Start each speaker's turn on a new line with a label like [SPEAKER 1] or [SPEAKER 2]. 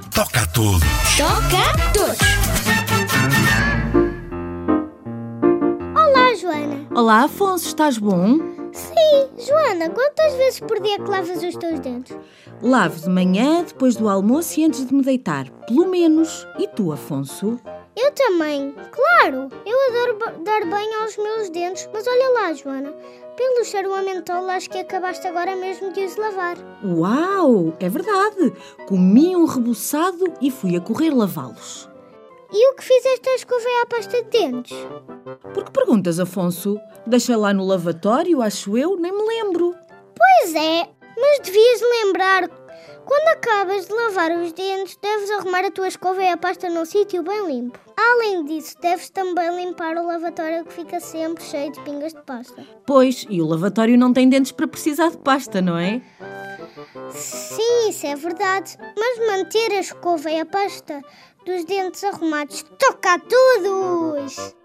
[SPEAKER 1] todos.
[SPEAKER 2] Toca a todos. Olá, Joana.
[SPEAKER 3] Olá, Afonso, estás bom?
[SPEAKER 2] Sim, Joana, quantas vezes por dia que lavas os teus dentes?
[SPEAKER 3] Lavo de manhã, depois do almoço e antes de me deitar, pelo menos. E tu, Afonso?
[SPEAKER 2] Eu também, claro. Eu adoro ba- dar banho aos meus dentes, mas olha lá, Joana. Pelo cheiro a mentol, acho que acabaste agora mesmo de os lavar.
[SPEAKER 3] Uau, é verdade! Comi um reboçado e fui a correr lavá-los.
[SPEAKER 2] E o que fizeste à escova e à pasta de dentes?
[SPEAKER 3] Por que perguntas, Afonso? Deixei lá no lavatório, acho eu, nem me lembro.
[SPEAKER 2] Pois é, mas devias lembrar. Quando acabas de lavar os dentes, deves arrumar a tua escova e a pasta num sítio bem limpo. Além disso, deves também limpar o lavatório que fica sempre cheio de pingas de pasta.
[SPEAKER 3] Pois, e o lavatório não tem dentes para precisar de pasta, não é?
[SPEAKER 2] Sim, isso é verdade, mas manter a escova e a pasta dos dentes arrumados toca a todos!